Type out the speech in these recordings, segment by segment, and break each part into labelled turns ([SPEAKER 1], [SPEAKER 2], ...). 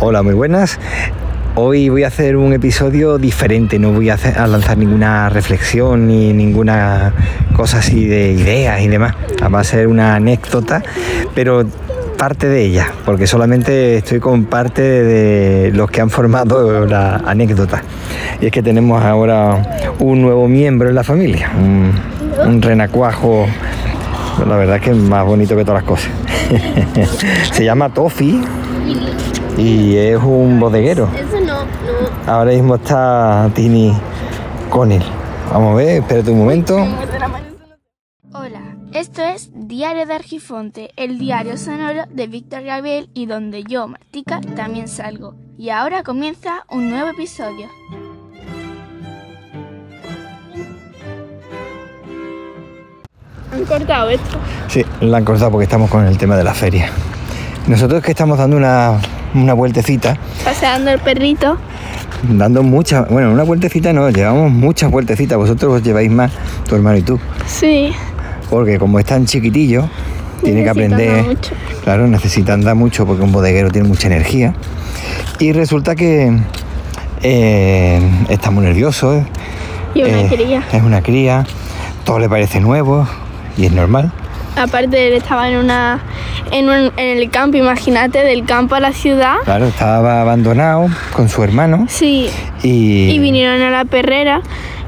[SPEAKER 1] Hola, muy buenas. Hoy voy a hacer un episodio diferente, no voy a, hacer- a lanzar ninguna reflexión ni ninguna cosa así de ideas y demás. Ah, Va a ser una anécdota, pero parte de ella, porque solamente estoy con parte de los que han formado la anécdota. Y es que tenemos ahora un nuevo miembro en la familia, un, un renacuajo, la verdad es que es más bonito que todas las cosas. Se llama Tofi y es un bodeguero.
[SPEAKER 2] Eso no, no.
[SPEAKER 1] Ahora mismo está Tini con él. Vamos a ver, espérate un momento.
[SPEAKER 2] Hola, esto es Diario de Argifonte, el diario sonoro de Víctor Gabriel y donde yo, Martica, también salgo. Y ahora comienza un nuevo episodio.
[SPEAKER 3] Han cortado esto.
[SPEAKER 1] Sí, la han cortado porque estamos con el tema de la feria. Nosotros que estamos dando una, una vueltecita,
[SPEAKER 3] Paseando el perrito.
[SPEAKER 1] dando muchas, bueno, una vueltecita no, llevamos muchas vueltecitas, vosotros os lleváis más, tu hermano y tú,
[SPEAKER 3] Sí.
[SPEAKER 1] porque como es tan chiquitillo, tiene que
[SPEAKER 3] Necesita
[SPEAKER 1] aprender,
[SPEAKER 3] andar mucho.
[SPEAKER 1] claro, necesita andar mucho porque un bodeguero tiene mucha energía. Y resulta que eh, estamos nerviosos,
[SPEAKER 3] Y una
[SPEAKER 1] Eh,
[SPEAKER 3] cría.
[SPEAKER 1] Es una cría, todo le parece nuevo y es normal.
[SPEAKER 3] Aparte él estaba en una en, un- en el campo, imagínate, del campo a la ciudad.
[SPEAKER 1] Claro, estaba abandonado con su hermano
[SPEAKER 3] Sí.
[SPEAKER 1] y,
[SPEAKER 3] Y vinieron a la perrera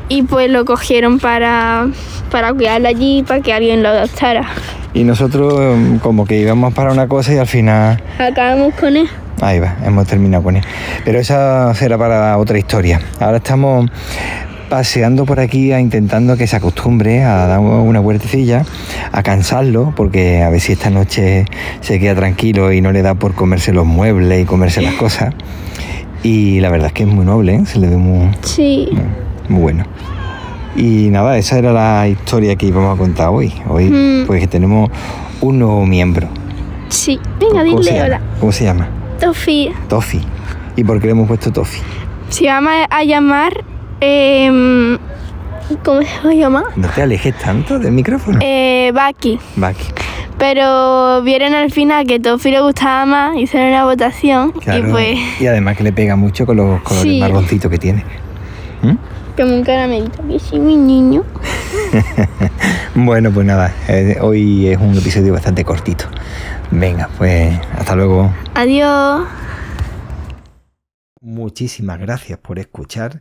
[SPEAKER 3] y pues lo cogieron para para cuidarlo allí, para que alguien lo adoptara.
[SPEAKER 1] y nosotros mm, como que íbamos para una cosa y al final,
[SPEAKER 3] Acabamos con él.
[SPEAKER 1] ahí va, hemos terminado con él. Pero esa será para otra historia. Ahora estamos paseando por aquí a- intentando que se acostumbre a dar una vueltecilla, a cansarlo, porque a ver si esta noche se queda tranquilo y no le da por comerse los muebles y comerse las cosas. Y la verdad es que es muy noble, ¿eh? se le ve muy,
[SPEAKER 3] Sí.
[SPEAKER 1] Muy bueno. Y nada, esa era la historia que íbamos a contar hoy. Hoy,
[SPEAKER 3] Mm.
[SPEAKER 1] pues que tenemos un nuevo miembro.
[SPEAKER 3] Sí. Venga,
[SPEAKER 1] ¿Cómo se
[SPEAKER 3] dile
[SPEAKER 1] llama?
[SPEAKER 3] hola.
[SPEAKER 1] ¿Cómo se llama?
[SPEAKER 3] Sofía.
[SPEAKER 1] Tofi. ¿Y por qué le hemos puesto Tofi?
[SPEAKER 3] Se llama a llamar em, ¿Cómo se va a llamar?
[SPEAKER 1] No te alejes tanto del micrófono.
[SPEAKER 3] Eh, Baki.
[SPEAKER 1] Baki.
[SPEAKER 3] Pero vieron al final que Tofi le gustaba más, hicieron una votación
[SPEAKER 1] Claro.
[SPEAKER 3] y pues
[SPEAKER 1] Y además que le pega mucho con los colores
[SPEAKER 3] Sí.
[SPEAKER 1] marroncitos que tiene. ¿Mm?
[SPEAKER 3] como un caramelito que sí, mi niño.
[SPEAKER 1] Bueno, pues nada, eh, hoy es un episodio bastante cortito. Venga, pues hasta luego.
[SPEAKER 3] Adiós.
[SPEAKER 1] Muchísimas gracias por escuchar,